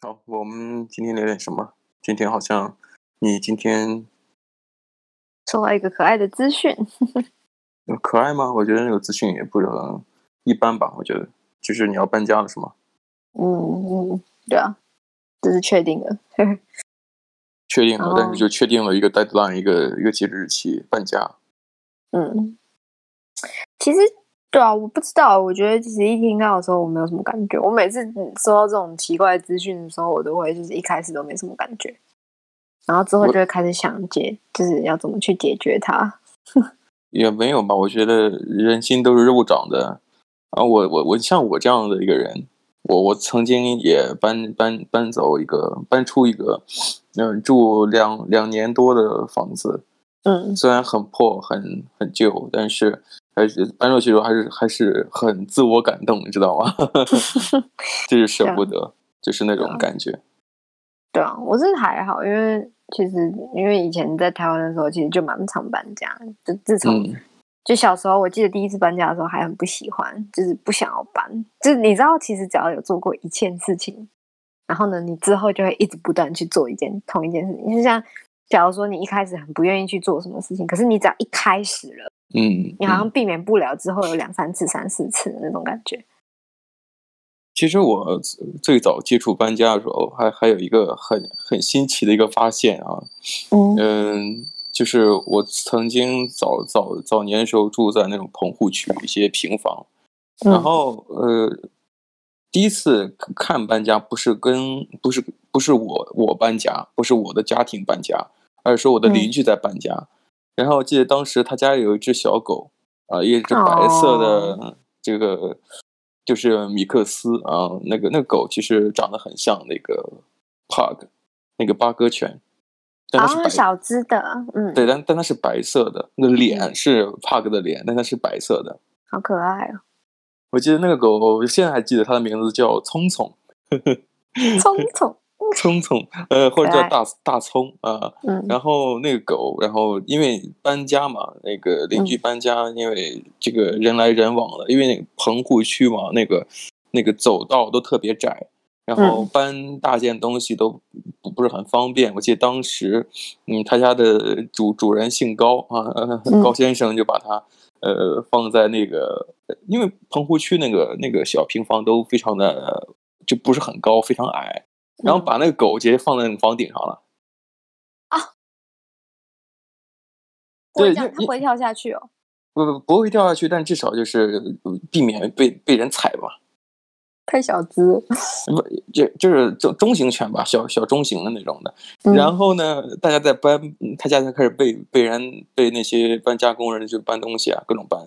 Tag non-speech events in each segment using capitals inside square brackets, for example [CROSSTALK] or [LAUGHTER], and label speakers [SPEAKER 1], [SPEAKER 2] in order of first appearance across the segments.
[SPEAKER 1] 好，我们今天聊点什么？今天好像你今天
[SPEAKER 2] 收到一个可爱的资讯，
[SPEAKER 1] 呃可爱吗？我觉得那个资讯也不是很一般吧。我觉得就是你要搬家了是吗？
[SPEAKER 2] 嗯嗯，对啊，这是确定的。 [LAUGHS]
[SPEAKER 1] 确定了，但
[SPEAKER 2] 哦
[SPEAKER 1] 是就确定了一个 deadline，一个一个截止日期搬家。
[SPEAKER 2] 嗯，其实对啊，我不知道，我觉得其实一听到的时候我没有什么感觉。我每次收到这种奇怪的资讯的时候，我都会就是一开始都没什么感觉，然后之后
[SPEAKER 1] 我
[SPEAKER 2] 就会开始想解，就是要怎么去解决它。
[SPEAKER 1] 也没有吧，我觉得人心都是肉长的啊。我我我像我这样的一个人，我我曾经也搬搬搬走一个搬出一个，嗯、住两两年多的房子，
[SPEAKER 2] 嗯
[SPEAKER 1] 虽然很破很很旧，但是还是搬出去的时候还是还是很自我感动，你知道吗？ [LAUGHS] 就是舍不
[SPEAKER 2] 啊
[SPEAKER 1] 得，就是那种感觉。
[SPEAKER 2] 对啊，我是还好，因为其实因为以前在台湾的时候，其实就蛮常搬家，就自从
[SPEAKER 1] 嗯，
[SPEAKER 2] 就小时候，我记得第一次搬家的时候还很不喜欢，就是不想要搬。就是你知道，其实只要有做过一件事情，然后呢，你之后就会一直不断去做一件同一件事情。就像假如说你一开始很不愿意去做什么事情，可是你只要一开始了，
[SPEAKER 1] 嗯，
[SPEAKER 2] 你好
[SPEAKER 1] 嗯
[SPEAKER 2] 像避免不了之后有两三次、三四次的那种感觉。
[SPEAKER 1] 其实我最早接触搬家的时候，还还有一个很很新奇的一个发现啊，
[SPEAKER 2] 嗯
[SPEAKER 1] 嗯，就是我曾经早早早年的时候住在那种棚户区一些平房，
[SPEAKER 2] 嗯
[SPEAKER 1] 然后呃，第一次看搬家不是跟不是不是我我搬家，不是我的家庭搬家，而是说我
[SPEAKER 2] 嗯
[SPEAKER 1] 的邻居在搬家。然后记得当时他家里有一只小狗，啊、一只白色
[SPEAKER 2] 哦
[SPEAKER 1] 的这个就是米克斯啊、那个那个狗其实长得很像那个 pug，那个巴哥犬，但它是
[SPEAKER 2] 啊，
[SPEAKER 1] 白
[SPEAKER 2] 小只的，嗯，
[SPEAKER 1] 对，但但它是白色的，那脸是帕哥的脸，但它是白色的。
[SPEAKER 2] 好可爱
[SPEAKER 1] [LAUGHS]
[SPEAKER 2] 哦，
[SPEAKER 1] 我记得那个狗，我现在还记得它的名字叫聪聪，
[SPEAKER 2] 聪聪，
[SPEAKER 1] 聪聪，呃，或者
[SPEAKER 2] 可
[SPEAKER 1] 叫
[SPEAKER 2] 爱
[SPEAKER 1] 大大葱啊、呃
[SPEAKER 2] 嗯
[SPEAKER 1] 然后那个狗，然后因为搬家嘛，那个邻
[SPEAKER 2] 嗯
[SPEAKER 1] 居搬家，因为这个人来人往的，因为那个棚户区嘛，那个那个走道都特别窄，然
[SPEAKER 2] 嗯
[SPEAKER 1] 后搬大件东西都不不是很方便。我记得当时，嗯，他家的主主人姓高啊， [LAUGHS] 呃
[SPEAKER 2] 嗯
[SPEAKER 1] 高先生就把他呃放在那个，因为棚户区那个那个小平房都非常的就不是很高，非常矮，然后
[SPEAKER 2] 嗯
[SPEAKER 1] 把那个狗直接放在房顶上了。
[SPEAKER 2] 不会
[SPEAKER 1] 对
[SPEAKER 2] 这样，
[SPEAKER 1] 因
[SPEAKER 2] 它不会跳下去哦。
[SPEAKER 1] 不不不会掉下去，但至少就是呃避免被被人踩吧。
[SPEAKER 2] 太小只了，
[SPEAKER 1] 就就是中中型犬吧，小小中型的那种的。
[SPEAKER 2] 嗯
[SPEAKER 1] 然后呢，大家在搬，嗯他家就开始被被人被那些搬家工人就搬东西啊，各种搬。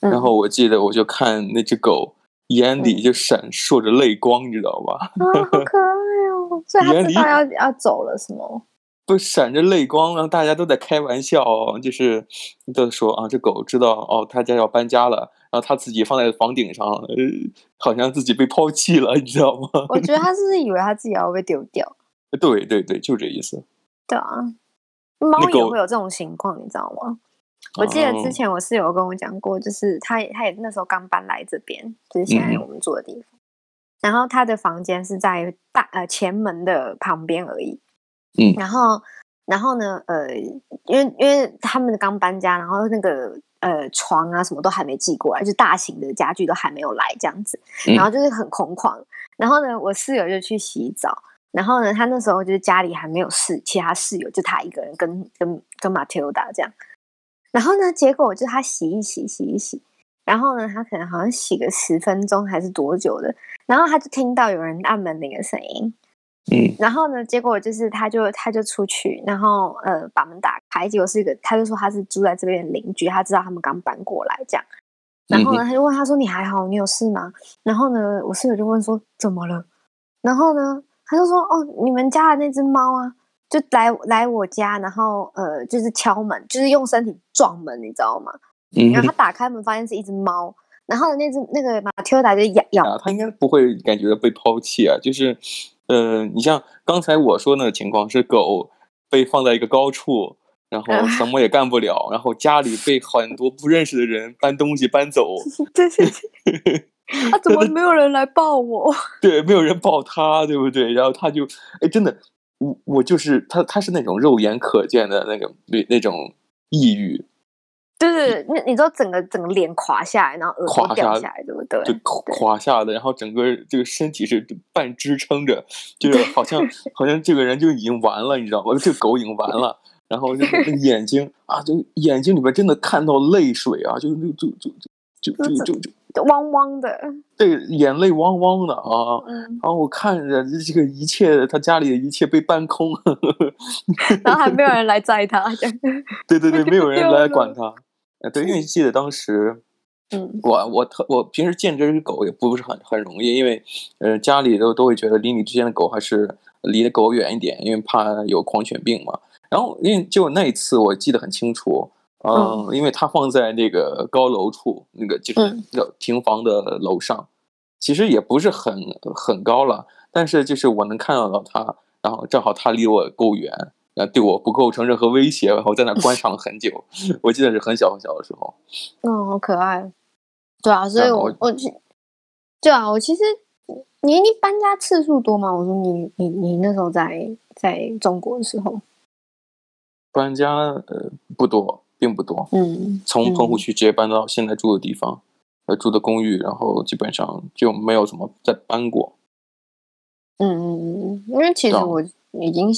[SPEAKER 2] 嗯
[SPEAKER 1] 然后我记得我就看那只狗眼底
[SPEAKER 2] 嗯
[SPEAKER 1] 就闪烁着泪光，你知道吧？ [LAUGHS]
[SPEAKER 2] 啊，好可爱哦！所以他
[SPEAKER 1] 原
[SPEAKER 2] 知
[SPEAKER 1] 理
[SPEAKER 2] 道要要走了是吗？
[SPEAKER 1] 不闪着泪光，然后大家都在开玩笑哦，就是都说啊，这狗知道哦，他家要搬家了，然后他自己放在房顶上，呃，好像自己被抛弃了，你知道吗？
[SPEAKER 2] 我觉得他是不是以为他自己要被丢掉？
[SPEAKER 1] 对对对，就这意思。
[SPEAKER 2] 对啊，猫也
[SPEAKER 1] 狗
[SPEAKER 2] 会有这种情况，你知道吗？我记得
[SPEAKER 1] 哦
[SPEAKER 2] 之前我室友跟我讲过，就是他也他也那时候刚搬来这边，就是现在
[SPEAKER 1] 嗯
[SPEAKER 2] 我们住的地方。然后他的房间是在大呃前门的旁边而已。
[SPEAKER 1] 嗯
[SPEAKER 2] 然后然后呢，呃，因为因为他们刚搬家，然后那个呃床啊什么都还没寄过来，就大型的家具都还没有来这样子，
[SPEAKER 1] 嗯
[SPEAKER 2] 然后就是很恐慌。然后呢，我室友就去洗澡。然后呢，他那时候就是家里还没有室，其他室友就他一个人跟跟跟马 d 达这样。然后呢，结果就是他洗一洗，洗一洗，然后呢，他可能好像洗个十分钟还是多久的，然后他就听到有人按门铃的声音，
[SPEAKER 1] 嗯
[SPEAKER 2] 然后呢，结果就是他就他就出去，然后呃把门打开，结果是一个，他就说他是住在这边的邻居，他知道他们刚搬过来这样，然
[SPEAKER 1] 嗯
[SPEAKER 2] 后呢，他就问他说你还好，你有事吗？然后呢，我室友就问说怎么了？然后呢，他就说哦，你们家的那只猫啊，就来来我家，然后呃就是敲门，就是用身体撞门，你知道吗？
[SPEAKER 1] 嗯
[SPEAKER 2] 然后他打开门，发现是一只猫。然后呢，那只那个马修达就咬咬，
[SPEAKER 1] 啊，他应该不会感觉到被抛弃啊。就是，呃，你像刚才我说那个情况是狗被放在一个高处，然后
[SPEAKER 2] 啊
[SPEAKER 1] 什么也干不了，然后家里被很多不认识的人搬东西搬走， [LAUGHS]
[SPEAKER 2] 对对对，啊，怎么没有人来抱我？ [LAUGHS]
[SPEAKER 1] 对，没有人抱他，对不对？然后他就，哎，真的，我我就是他，他是那种肉眼可见的那个那那种抑郁，
[SPEAKER 2] 就是那你知道整个整个脸垮下来，然后额头
[SPEAKER 1] 嗯垮
[SPEAKER 2] 掉
[SPEAKER 1] 下
[SPEAKER 2] 下来，对不对？
[SPEAKER 1] 就垮下的，然后整个这个身体是半支撑着，就是好
[SPEAKER 2] [LAUGHS]
[SPEAKER 1] 像好像这个人就已经完了，你知道吗？这个狗已经完了。然后就
[SPEAKER 2] [LAUGHS]
[SPEAKER 1] 那个眼睛啊，就眼睛里边真的看到泪水啊，就就就就就就就就就
[SPEAKER 2] 就汪汪的，
[SPEAKER 1] 对眼泪汪汪的啊，
[SPEAKER 2] 嗯，
[SPEAKER 1] 然后我看着这个一切，他家里的一切被搬空，
[SPEAKER 2] [LAUGHS]
[SPEAKER 1] [LAUGHS]
[SPEAKER 2] 然后还没有人来载他，这样，
[SPEAKER 1] 对对对，没有人
[SPEAKER 2] 丢
[SPEAKER 1] 来
[SPEAKER 2] 了
[SPEAKER 1] 管他。呃对，因为记得当时
[SPEAKER 2] 嗯
[SPEAKER 1] 我我特我平时见这只狗也不是很很容易，因为呃家里都都会觉得邻里之间的狗还是离狗远一点，因为怕有狂犬病嘛。然后因为就那一次我记得很清楚，嗯，因为它放在那个高楼处，那个就是
[SPEAKER 2] 嗯
[SPEAKER 1] 那个平房的楼上，其实也不是很很高了，但是就是我能看到到它，然后正好它离我够远，然后对我不构成任何威胁，然后在那观赏了很久。 [LAUGHS] 我记得是很小很小的时候，
[SPEAKER 2] 嗯，好可爱。对啊，所以
[SPEAKER 1] 对啊
[SPEAKER 2] 我
[SPEAKER 1] 我
[SPEAKER 2] 我去，对啊，我其实你你搬家次数多吗？我说你你你那时候在在中国的时候，
[SPEAKER 1] 搬家呃不多，并不多，
[SPEAKER 2] 嗯，
[SPEAKER 1] 从棚户
[SPEAKER 2] 嗯
[SPEAKER 1] 区直接搬到现在住的地方，呃住的公寓，然后基本上就没有怎么再搬过。
[SPEAKER 2] 嗯嗯嗯，嗯，因为其实
[SPEAKER 1] 对啊
[SPEAKER 2] 我已经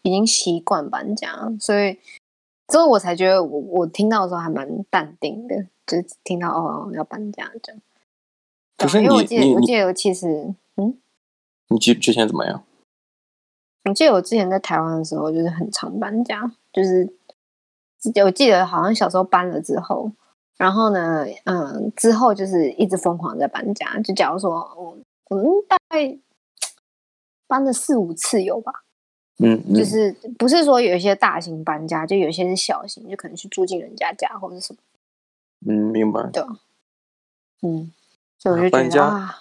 [SPEAKER 2] 已经习惯搬家，所以之后我才觉得我我听到的时候还蛮淡定的，就是听到哦要搬家这样。对
[SPEAKER 1] 可
[SPEAKER 2] 啊
[SPEAKER 1] 是
[SPEAKER 2] 因为我
[SPEAKER 1] 你
[SPEAKER 2] 记得
[SPEAKER 1] 你
[SPEAKER 2] 我
[SPEAKER 1] 你
[SPEAKER 2] 记得我其实嗯，
[SPEAKER 1] 你之之前怎么样？
[SPEAKER 2] 我记得我之前在台湾的时候就是很常搬家，就是我记得好像小时候搬了之后，然后呢，嗯，之后就是一直疯狂地在搬家，就假如说我我们大概搬了四五次有吧。
[SPEAKER 1] 嗯，嗯
[SPEAKER 2] 就是不是说有一些大型搬家，就有一些是小型，就可能去住进人家家或者什么。
[SPEAKER 1] 嗯，明白。
[SPEAKER 2] 嗯，所以我就觉
[SPEAKER 1] 搬
[SPEAKER 2] 得
[SPEAKER 1] 家
[SPEAKER 2] 啊，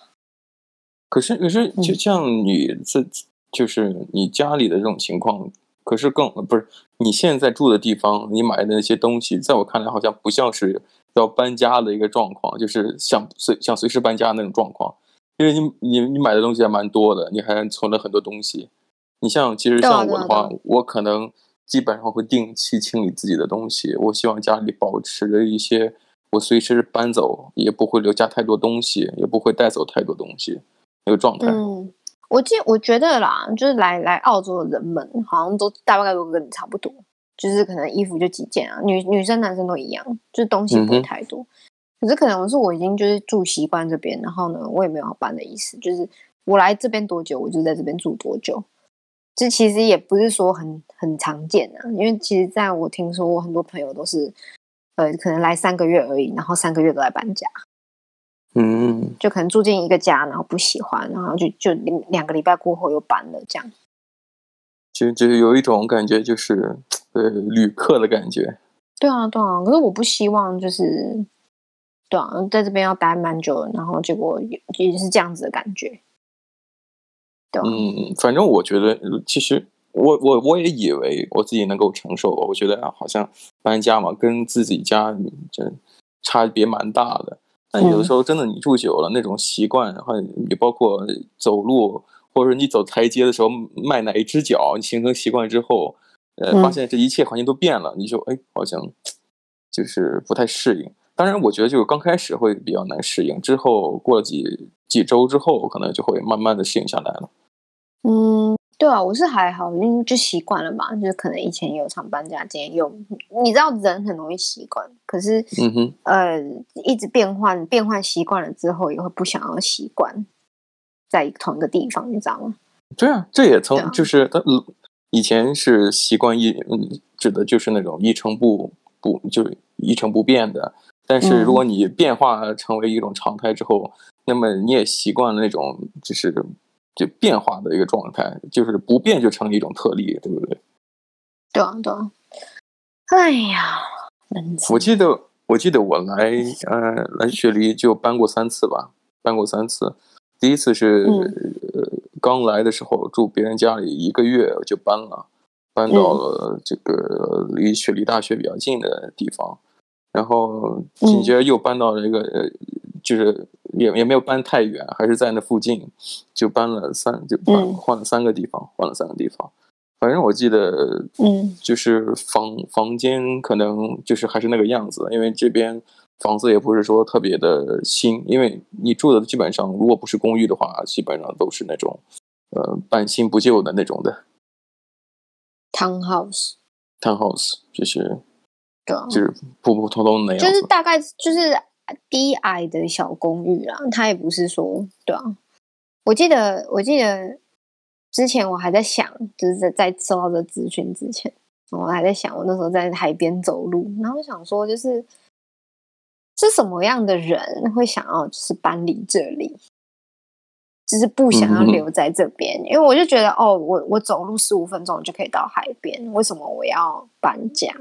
[SPEAKER 1] 可是可是，就
[SPEAKER 2] 嗯
[SPEAKER 1] 像你这、就是你家里的这种情况，可是更呃不是你现在住的地方，你买的那些东西，在我看来好像不像是要搬家的一个状况，就是想随想随时搬家那种状况。因为你你你买的东西还蛮多的，你还存了很多东西。你像其实
[SPEAKER 2] 对啊
[SPEAKER 1] 像
[SPEAKER 2] 对
[SPEAKER 1] 我
[SPEAKER 2] 啊
[SPEAKER 1] 的
[SPEAKER 2] 对
[SPEAKER 1] 话，
[SPEAKER 2] 啊
[SPEAKER 1] 我可能基本上会定期清理自己的东西。我希望家里保持着一些，我随时搬走也不会留下太多东西，也不会带走太多东西那个状态。
[SPEAKER 2] 嗯，我记我觉得啦，就是来来澳洲的人们好像都大概都跟你差不多，就是可能衣服就几件啊，女女生男生都一样，就是东西不
[SPEAKER 1] 嗯
[SPEAKER 2] 会
[SPEAKER 1] 哼
[SPEAKER 2] 太多。可是可能是我已经就是住习惯这边，然后呢，我也没有要搬的意思，就是我来这边多久，我就在这边住多久。这其实也不是说很很常见啊，因为其实在我听说，我很多朋友都是，呃，可能来三个月而已，然后三个月都在搬家，
[SPEAKER 1] 嗯，
[SPEAKER 2] 就可能住进一个家，然后不喜欢，然后就就两两个礼拜过后又搬了这样。
[SPEAKER 1] 就就有一种感觉，就是呃旅客的感觉。
[SPEAKER 2] 对啊，对啊，可是我不希望就是，对啊，在这边要待蛮久的，然后结果也也是这样子的感觉，对啊吧、
[SPEAKER 1] 嗯，反正我觉得，呃其实我我我也以为我自己能够承受，我觉得啊好像搬家嘛，跟自己家里这差别蛮大的。但有的时候真的你住久了，那种习惯，然后你包括走路，或者你走台阶的时候迈哪一只脚，你形成习惯之后，呃，
[SPEAKER 2] 嗯
[SPEAKER 1] 发现这一切环境都变了，你就哎好像就是不太适应。当然，我觉得就是刚开始会比较难适应，之后过了几几周之后，可能就会慢慢的适应下来了。
[SPEAKER 2] 嗯，对啊，我是还好，因为就习惯了嘛，就是可能以前也有常搬家经验，有你知道人很容易习惯，可是
[SPEAKER 1] 嗯哼，
[SPEAKER 2] 呃一直变换变换习惯了之后，也会不想要习惯在同一个地方，你知道吗？
[SPEAKER 1] 对啊，这也
[SPEAKER 2] 对啊
[SPEAKER 1] 曾就是他嗯以前是习惯一嗯，指的就是那种一成不不就是一成不变的。但是如果你变化成为一种常态之后，那么你也习惯了那种就是就变化的一个状态，就是不变就成了一种特例，对不对？
[SPEAKER 2] 对啊，对啊，哎呀，人
[SPEAKER 1] 我
[SPEAKER 2] 生
[SPEAKER 1] 记得我记得我来呃来雪梨就搬过三次吧，搬过三次。第一次是、
[SPEAKER 2] 嗯
[SPEAKER 1] 呃刚来的时候住别人家里一个月就搬了，搬到
[SPEAKER 2] 嗯
[SPEAKER 1] 了这个离雪
[SPEAKER 2] 嗯
[SPEAKER 1] 梨大学比较近的地方，然后紧接着又搬到了一个、呃就是也也没有搬太远，还是在那附近，就搬了三就搬
[SPEAKER 2] 嗯
[SPEAKER 1] 换了三个地方，换了三个地方。反正我记得，
[SPEAKER 2] 嗯，
[SPEAKER 1] 就是房房间可能就是还是那个样子，因为这边房子也不是说特别的新，因为你住的基本上如果不是公寓的话，基本上都是那种呃半新不旧的那种的
[SPEAKER 2] townhouse，
[SPEAKER 1] townhouse，就是
[SPEAKER 2] 对啊，
[SPEAKER 1] 就是普普通通的那
[SPEAKER 2] 就
[SPEAKER 1] 样
[SPEAKER 2] 是
[SPEAKER 1] 子。
[SPEAKER 2] 大概就是低矮的小公寓啦，它也不是说对啊。我记得我记得之前我还在想，就是在在收到这资讯之前，我还在想，我那时候在海边走路，然后我想说，就是是什么样的人会想要就是搬离这里？就是不想要
[SPEAKER 1] 嗯嗯嗯
[SPEAKER 2] 留在这边，因为我就觉得哦，我我走路十五分钟我就可以到海边，为什么我要搬家？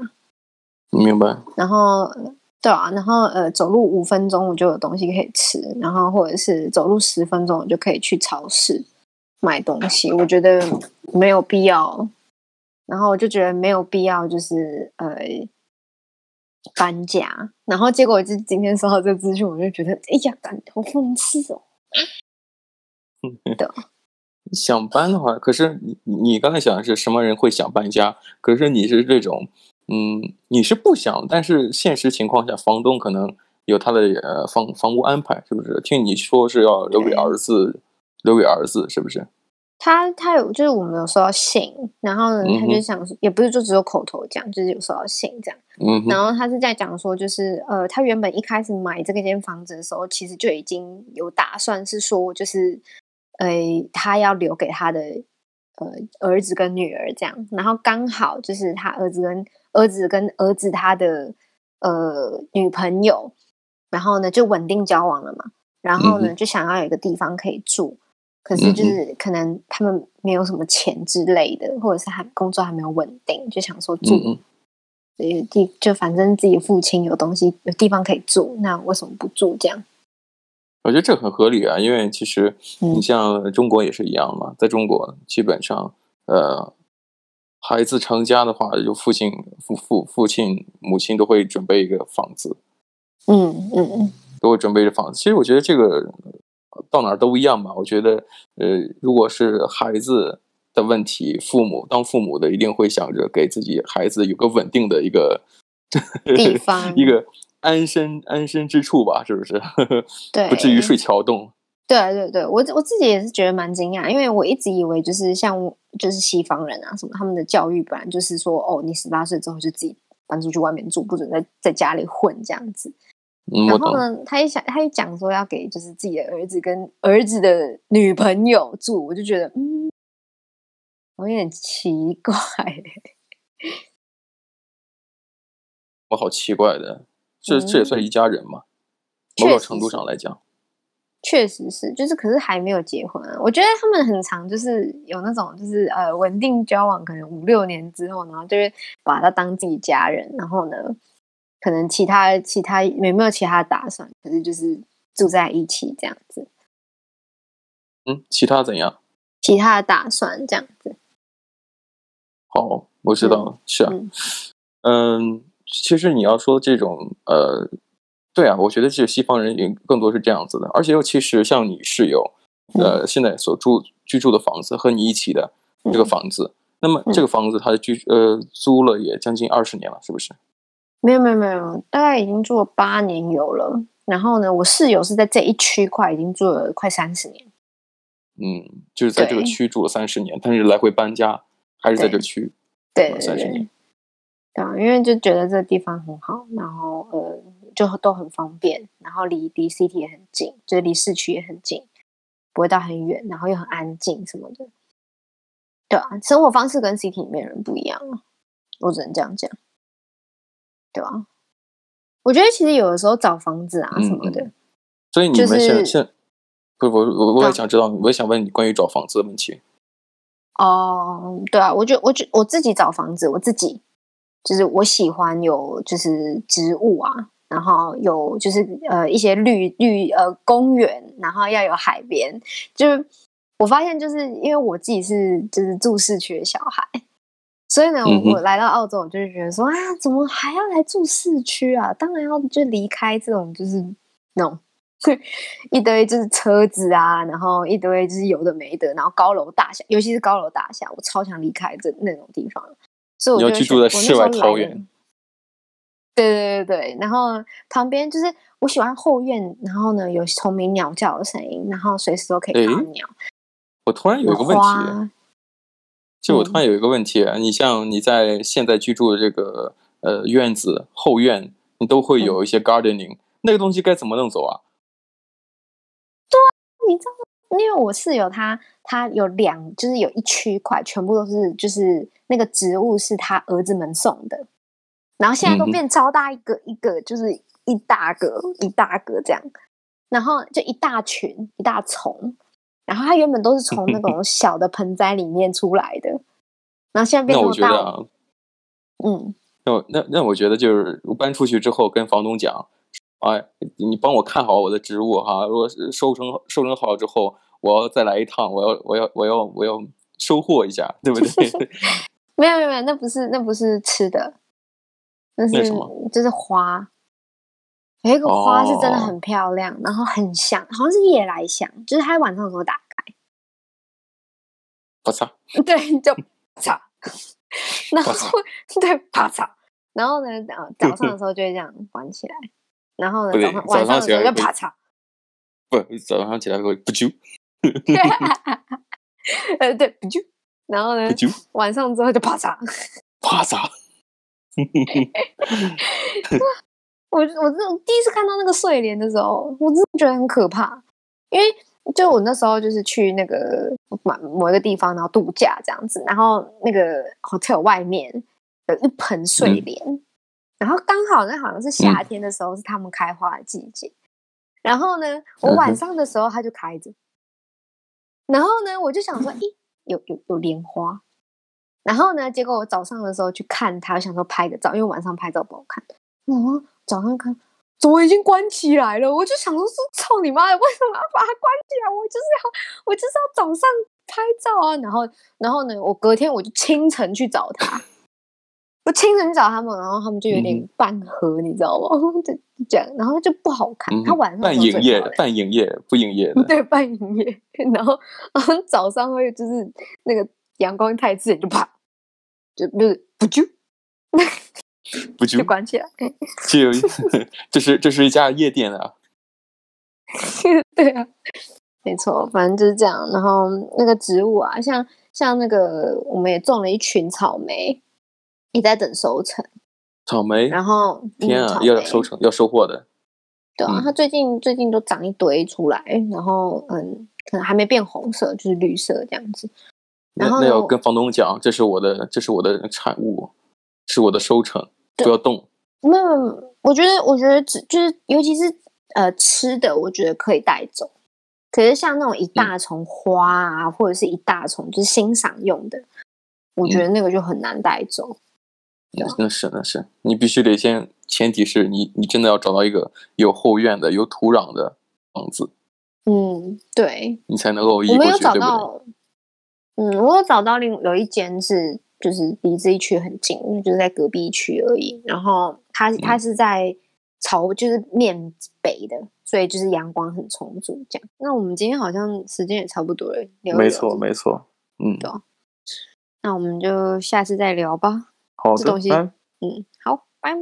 [SPEAKER 1] 明白？
[SPEAKER 2] 然后呃对啊，然后呃，走路五分钟我就有东西可以吃，然后或者是走路十分钟我就可以去超市买东西，我觉得没有必要。然后我就觉得没有必要，就是呃搬家。然后结果就今天收到这个资讯，我就觉得哎呀，感好讽刺哦。
[SPEAKER 1] 想搬的话，可是你你刚才想的是什么人会想搬家？可是你是这种，嗯，你是不想，但是现实情况下，房东可能有他的呃房房屋安排，是不是？听你说是要留给
[SPEAKER 2] 对
[SPEAKER 1] 儿子，留给儿子，是不是？
[SPEAKER 2] 他他有就是我们有收到信，然后呢，他
[SPEAKER 1] 嗯
[SPEAKER 2] 就
[SPEAKER 1] 哼
[SPEAKER 2] 想说，也不是就只有口头讲，就是有收到信这样。
[SPEAKER 1] 嗯哼，
[SPEAKER 2] 然后他是在讲说，就是呃，他原本一开始买这个间房子的时候，其实就已经有打算是说，就是呃，他要留给他的呃儿子跟女儿这样。然后刚好就是他儿子跟儿子跟儿子他的
[SPEAKER 1] 嗯
[SPEAKER 2] 呃女朋友，然后呢就稳定交往了嘛。然后呢就想要有一个地方可以住，可是就
[SPEAKER 1] 嗯哼
[SPEAKER 2] 是可能他们没有什么钱之类的，或者是还工作还没有稳定，就想说住
[SPEAKER 1] 嗯嗯，
[SPEAKER 2] 呃，地就反正自己的父亲有东西有地方可以住，那为什么不住这样？
[SPEAKER 1] 我觉得这很合理啊，因为其实你
[SPEAKER 2] 嗯
[SPEAKER 1] 像中国也是一样嘛，在中国基本上，呃，孩子成家的话，就父亲父父父亲母亲都会准备一个房子，
[SPEAKER 2] 嗯嗯嗯，
[SPEAKER 1] 都会准备着房子。其实我觉得这个呃到哪儿都一样吧。我觉得，呃，如果是孩子的问题，父母当父母的一定会想着给自己孩子有个稳定的一个 [LAUGHS]
[SPEAKER 2] 地方
[SPEAKER 1] 一个安身安身之处吧，是不是？ [LAUGHS]
[SPEAKER 2] 对，
[SPEAKER 1] 不至于睡桥洞。
[SPEAKER 2] 对对对，我我自己也是觉得蛮惊讶，因为我一直以为就是像我就是西方人啊什么，他们的教育本来就是说，哦，你十八岁之后就自己搬出去外面住，不准在在家里混这样子。
[SPEAKER 1] 嗯，我
[SPEAKER 2] 然
[SPEAKER 1] 懂
[SPEAKER 2] 后。呢，他一想，他一讲说要给就是自己的儿子跟儿子的女朋友住，我就觉得，嗯，我有点奇怪。
[SPEAKER 1] 我好奇怪的，这这也算一家人嘛？
[SPEAKER 2] 嗯确
[SPEAKER 1] 某种
[SPEAKER 2] 实
[SPEAKER 1] 程度
[SPEAKER 2] 是
[SPEAKER 1] 上来讲，
[SPEAKER 2] 确实是，就是可是还没有结婚啊。我觉得他们很常就是有那种就是呃稳定交往，可能五六年之后，然后就会把他当自己家人，然后呢，可能其他其他有没有其他打算，可是就是住在一起这样子，
[SPEAKER 1] 嗯，其他怎样？
[SPEAKER 2] 其他的打算这样子，
[SPEAKER 1] 好，我知道了，是啊，
[SPEAKER 2] 嗯
[SPEAKER 1] 嗯，其实你要说这种，呃，对啊，我觉得这西方人也更多是这样子的，而且尤其是像你室友，
[SPEAKER 2] 嗯
[SPEAKER 1] 呃，现在所住居住的房子和你一起的这个
[SPEAKER 2] 嗯
[SPEAKER 1] 房子，那么这个房子它居呃租了也将近二十年了，是不是？
[SPEAKER 2] 没有没有没有，大概已经住了八年有了。然后呢，我室友是在这一区块已经住了快三十年，
[SPEAKER 1] 嗯，就是在这个
[SPEAKER 2] 对
[SPEAKER 1] 区住了三十年，但是来回搬家还是在这
[SPEAKER 2] 对
[SPEAKER 1] 个区，
[SPEAKER 2] 对对
[SPEAKER 1] 30
[SPEAKER 2] 对
[SPEAKER 1] 年
[SPEAKER 2] 对啊，因为就觉得这地方很好，然后呃，就都很方便，然后离离 CT 也很近，就是离市区也很近，不会到很远，然后又很安静什么的。对啊，生活方式跟 CT 里面的人不一样啊，我只能这样讲，对吧、我觉得其实有的时候找房子啊
[SPEAKER 1] 嗯
[SPEAKER 2] 什么的，
[SPEAKER 1] 所以你们现在
[SPEAKER 2] 就是
[SPEAKER 1] 现不是我我我
[SPEAKER 2] 啊
[SPEAKER 1] 也想知道，我也想问你关于找房子的问题。
[SPEAKER 2] 哦，对啊，我觉我觉我自己找房子，我自己就是我喜欢有就是植物啊，然后有就是呃一些绿绿呃公园，然后要有海边。就是我发现，就是因为我自己是就是住市区的小孩，所以呢，
[SPEAKER 1] 嗯哼
[SPEAKER 2] 我来到澳洲，我就是觉得说啊，怎么还要来住市区啊？当然要就离开这种就是那种一堆就是车子啊，然后一堆就是有的没的，然后高楼大厦，尤其是高楼大厦，我超想离开这那种地方。所以
[SPEAKER 1] 你
[SPEAKER 2] 我就
[SPEAKER 1] 要居
[SPEAKER 2] 选
[SPEAKER 1] 住在
[SPEAKER 2] 我那
[SPEAKER 1] 世
[SPEAKER 2] 时候
[SPEAKER 1] 外
[SPEAKER 2] 来
[SPEAKER 1] 桃
[SPEAKER 2] 的
[SPEAKER 1] 源。
[SPEAKER 2] 对对对对，然后旁边就是我喜欢后院，然后呢有虫鸣鸟叫的声音，然后随时都可以看到
[SPEAKER 1] 诶
[SPEAKER 2] 鸟。
[SPEAKER 1] 我突然有一个问题，
[SPEAKER 2] 花，
[SPEAKER 1] 就我突然有一个问题，你像你在现在居住的这个呃院子后院，你都会有一些 gardening，、那个东西该怎么弄走啊？
[SPEAKER 2] 你知道吗，因为我室友他他有两，就是有一区块全部都是就是那个植物是他儿子们送的，然后现在
[SPEAKER 1] 嗯
[SPEAKER 2] 都
[SPEAKER 1] 哼
[SPEAKER 2] 变超大一个一个，就是一大个一大个这样，然后就一大群一大丛，然后它原本都是从
[SPEAKER 1] [LAUGHS]
[SPEAKER 2] 那种小的盆栽里面出来的，然后现在变
[SPEAKER 1] 那
[SPEAKER 2] 这
[SPEAKER 1] 我
[SPEAKER 2] 么
[SPEAKER 1] 觉得
[SPEAKER 2] 大，
[SPEAKER 1] 啊，
[SPEAKER 2] 嗯，
[SPEAKER 1] 那我那那我觉得就是我搬出去之后跟房东讲，哎，你帮我看好我的植物哈，如果是收成收成好之后，我要再来一趟，我要我要我要我要收获一下，对不 [LAUGHS] 对？
[SPEAKER 2] 没有没有没有，那不是那不是吃的，那
[SPEAKER 1] 那
[SPEAKER 2] 是
[SPEAKER 1] 什么
[SPEAKER 2] 就是花。有一个花是真的
[SPEAKER 1] 哦
[SPEAKER 2] 很漂亮，然后很香，好像是夜来香，就是它晚上的时候打开， [LAUGHS]
[SPEAKER 1] 我操，
[SPEAKER 2] 对，就嚓，然后
[SPEAKER 1] 啪嚓
[SPEAKER 2] [LAUGHS] 对啪嚓，然后呢，呃，早上的时候就会这样关起来，然后
[SPEAKER 1] 不对
[SPEAKER 2] 呢，早上
[SPEAKER 1] 早
[SPEAKER 2] 晚上
[SPEAKER 1] 上
[SPEAKER 2] 的
[SPEAKER 1] 起
[SPEAKER 2] 时候
[SPEAKER 1] 来
[SPEAKER 2] 就
[SPEAKER 1] 会
[SPEAKER 2] 啪嚓，
[SPEAKER 1] 不早上起来会不啾
[SPEAKER 2] 呃，对，不就，然后呢
[SPEAKER 1] 不，啾，
[SPEAKER 2] 晚上之后就啪嚓，
[SPEAKER 1] 啪嚓，
[SPEAKER 2] 我我真的第一次看到那个睡莲的时候，我真的觉得很可怕，因为就我那时候就是去那个某某一个地方，然后度假这样子，然后那个 hotel 外面有一盆睡莲，然后刚好那好像是夏天的时候是他们开花的季节，然后呢，我
[SPEAKER 1] 嗯
[SPEAKER 2] 晚
[SPEAKER 1] 哼
[SPEAKER 2] 上的时候它就开着，然后呢，我就想
[SPEAKER 1] [LAUGHS]
[SPEAKER 2] 说，咦，有有有莲花。然后呢？结果我早上的时候去看它，我想说拍个照，因为晚上拍照不好看。然后早上看，怎么已经关起来了？我就想说，是操你妈的，为什么要把它关起来？我就是要，我就是要早上拍照啊。然后，然后呢，我隔天我就清晨去找他，我清晨去找他们，然后他们就有
[SPEAKER 1] 嗯
[SPEAKER 2] 点半合，你知道吗？ [LAUGHS] 就就这样，然后就不好看。
[SPEAKER 1] 嗯
[SPEAKER 2] 他晚上的
[SPEAKER 1] 半
[SPEAKER 2] 时候
[SPEAKER 1] 营
[SPEAKER 2] 最
[SPEAKER 1] 业
[SPEAKER 2] 漂亮
[SPEAKER 1] 半营业不营业的，
[SPEAKER 2] 对，半营业，然后然后 [LAUGHS] 早上会就是那个阳光太刺眼就啪，就不是不就
[SPEAKER 1] 不
[SPEAKER 2] [LAUGHS] 就
[SPEAKER 1] 啾，
[SPEAKER 2] 关起来。 [LAUGHS]
[SPEAKER 1] 这有一 [LAUGHS] 这是这是一家夜店啊，
[SPEAKER 2] 对啊，没错，反正就是这样。然后那个植物啊，像像那个我们也种了一群草莓，也在等收成。
[SPEAKER 1] 草莓，
[SPEAKER 2] 然后
[SPEAKER 1] 天
[SPEAKER 2] 嗯、
[SPEAKER 1] 啊
[SPEAKER 2] 草，
[SPEAKER 1] 要
[SPEAKER 2] 莓
[SPEAKER 1] 收成要收获的，
[SPEAKER 2] 对啊，
[SPEAKER 1] 嗯
[SPEAKER 2] 它最近最近都长一堆出来，然后嗯，可能还没变红色，就是绿色这样子。
[SPEAKER 1] 那
[SPEAKER 2] 然后
[SPEAKER 1] 那
[SPEAKER 2] 呢
[SPEAKER 1] 要
[SPEAKER 2] 我
[SPEAKER 1] 跟房东讲，这是我的，这是我的产物，是我的收成，
[SPEAKER 2] 对
[SPEAKER 1] 不要动。
[SPEAKER 2] 那我觉得，我觉得只就是，尤其是呃吃的，我觉得可以带走。可是像那种一大丛花啊，或者是一大丛就是欣赏用的，我觉得那个就很难带走。
[SPEAKER 1] 那那是那是，你必须得先，前提是你你真的要找到一个有后院的、有土壤的房子，
[SPEAKER 2] 嗯，对，
[SPEAKER 1] 你才能够
[SPEAKER 2] 我
[SPEAKER 1] 移过
[SPEAKER 2] 们有
[SPEAKER 1] 去，
[SPEAKER 2] 找
[SPEAKER 1] 对不对？
[SPEAKER 2] 到，嗯，我有找到另有一间是就是离这一区很近，因为就是在隔壁区而已。然后它
[SPEAKER 1] 嗯
[SPEAKER 2] 它是在朝就是面北的，所以就是阳光很充足。这样，那我们今天好像时间也差不多了，聊一
[SPEAKER 1] 没
[SPEAKER 2] 聊
[SPEAKER 1] 错
[SPEAKER 2] 这个
[SPEAKER 1] 没错，嗯，
[SPEAKER 2] 对那我们就下次再聊吧，
[SPEAKER 1] 好
[SPEAKER 2] 这
[SPEAKER 1] 的
[SPEAKER 2] 东，西
[SPEAKER 1] 哎
[SPEAKER 2] 嗯，好，拜拜。